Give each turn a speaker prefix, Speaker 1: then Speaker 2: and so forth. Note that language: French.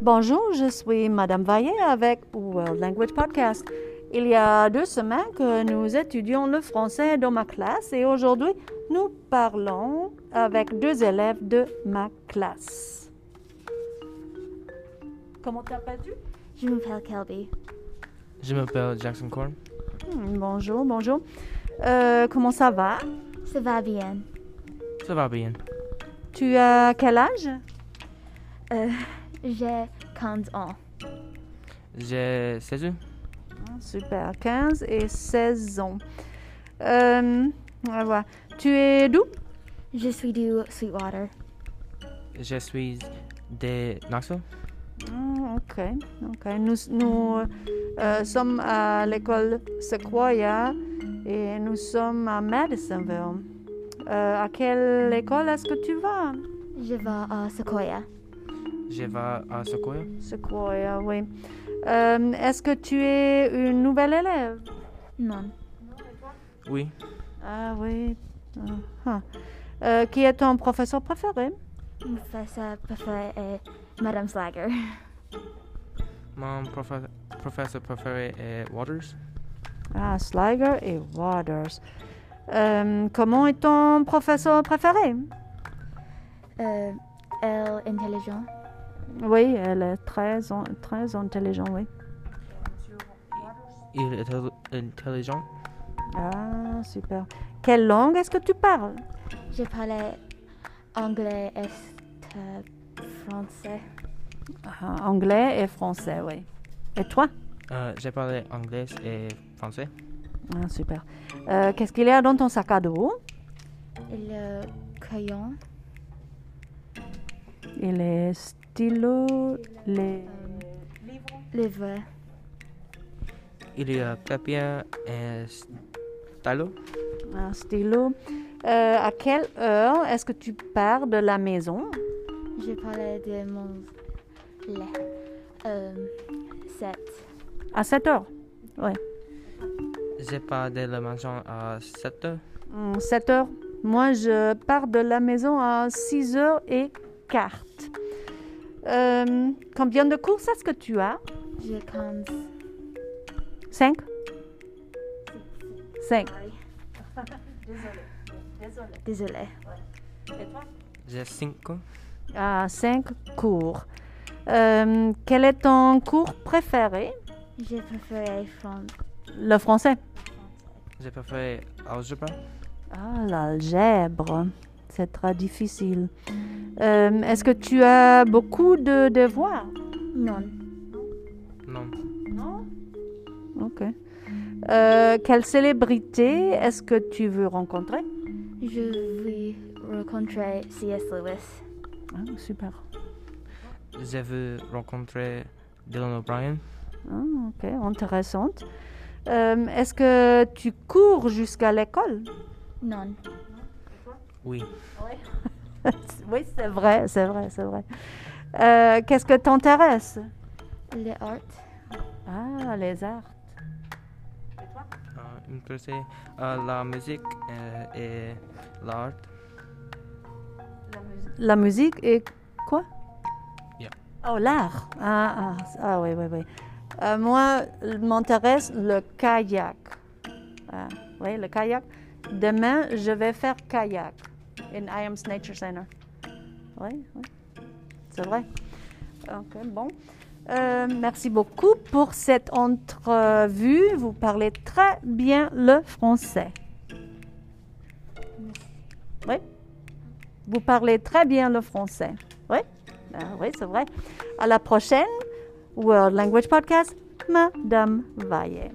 Speaker 1: Bonjour, je suis Madame Vaillet avec World Language Podcast. Il y a deux semaines que nous étudions le français dans ma classe et aujourd'hui nous parlons avec deux élèves de ma classe. Comment t'appelles-tu
Speaker 2: Je m'appelle Kelby.
Speaker 3: Je m'appelle Jackson Korn.
Speaker 1: Hmm, Bonjour, bonjour. Euh, comment ça va
Speaker 2: Ça va bien.
Speaker 3: Ça va bien.
Speaker 1: Tu as quel âge
Speaker 2: Euh, j'ai 15 ans.
Speaker 3: J'ai 16 ans.
Speaker 1: Super, 15 et 16 ans. Euh, ah, voilà. Tu es d'où
Speaker 2: Je suis du Sweetwater.
Speaker 3: Je suis de Knoxville.
Speaker 1: Ah, ok, ok. Nous, nous, euh, sommes à l'école Sequoia et nous sommes à Madisonville. Euh, à quelle école est-ce que tu vas
Speaker 2: Je vais à Sequoia.
Speaker 3: Je vais à Sequoia.
Speaker 1: Sequoia, oui. Euh, est-ce que tu es une nouvelle élève
Speaker 2: Non.
Speaker 3: Oui.
Speaker 1: Ah oui. Ah, ah. Euh, qui est ton professeur préféré
Speaker 2: Mon professeur préféré est Madame Slager.
Speaker 3: Mon profe- professeur préféré est Waters.
Speaker 1: Ah, Slager et Waters. Euh, comment est ton professeur préféré
Speaker 2: Euh, elle est intelligente.
Speaker 1: Oui, elle est très, en- très intelligente, oui.
Speaker 3: Il est intel- intelligent.
Speaker 1: Ah, super. Quelle langue est-ce que tu parles
Speaker 2: Je parle anglais et euh, français.
Speaker 1: Ah, Anglais et français, oui. Et toi
Speaker 3: Euh, J'ai parlé anglais et français.
Speaker 1: Ah, Super. Euh, Qu'est-ce qu'il y a dans ton sac à dos
Speaker 2: Il est crayon,
Speaker 1: Et les stylos, les...
Speaker 2: Euh, livre,
Speaker 3: Il y a papier et stylo.
Speaker 1: Un stylo. Euh, à quelle heure est-ce que tu pars de la maison
Speaker 2: Je parle de mon lait. Euh, sept.
Speaker 1: À 7 heures.
Speaker 3: J'ai pas de la maison à 7 heures.
Speaker 1: Hum, 7 heures. Moi, je pars de la maison à 6 heures et quart. Euh, combien de courses est-ce que tu as
Speaker 2: J'ai 15.
Speaker 1: 5 5.
Speaker 2: Désolée.
Speaker 3: J'ai 5 ans.
Speaker 1: à cinq cours. Euh, quel est ton cours préféré
Speaker 2: J'ai préféré France.
Speaker 1: Le français.
Speaker 3: J'ai préféré algèbre.
Speaker 1: Ah, l'algèbre. C'est très difficile. Euh, Est-ce que tu as beaucoup de devoirs
Speaker 2: Non.
Speaker 3: Non.
Speaker 1: Non. Ok. Euh, quelle célébrité est-ce que tu veux rencontrer
Speaker 2: Je vais rencontrer C.S. Lewis.
Speaker 1: Ah, Super.
Speaker 3: Je veux rencontrer Dylan O'Brien.
Speaker 1: Ah, ok, intéressante. Euh, est-ce que tu cours jusqu'à l'école
Speaker 2: Non.
Speaker 3: Oui.
Speaker 1: Oui, c'est vrai, c'est vrai, c'est vrai. Euh, Qu'est-ce que t'intéresse
Speaker 2: Les arts.
Speaker 1: Ah, les arts.
Speaker 3: Euh, intéressé à la musique euh, et l'art.
Speaker 1: La musique et quoi
Speaker 3: Bien.
Speaker 1: Oh, l'art. Ah, ah, ah, oui, oui, oui. Euh, moi, m'intéresse le kayak. Ah, oui, le kayak. Demain, je vais faire kayak in IAMS Nature Center. Oui, oui. C'est vrai. Ok, bon. Euh, merci beaucoup pour cette entrevue. Vous parlez très bien le français. Oui. Vous parlez très bien le français. Oui, Ah oui, c'est vrai. À la prochaine, World Language Podcast, Madame Vaillet.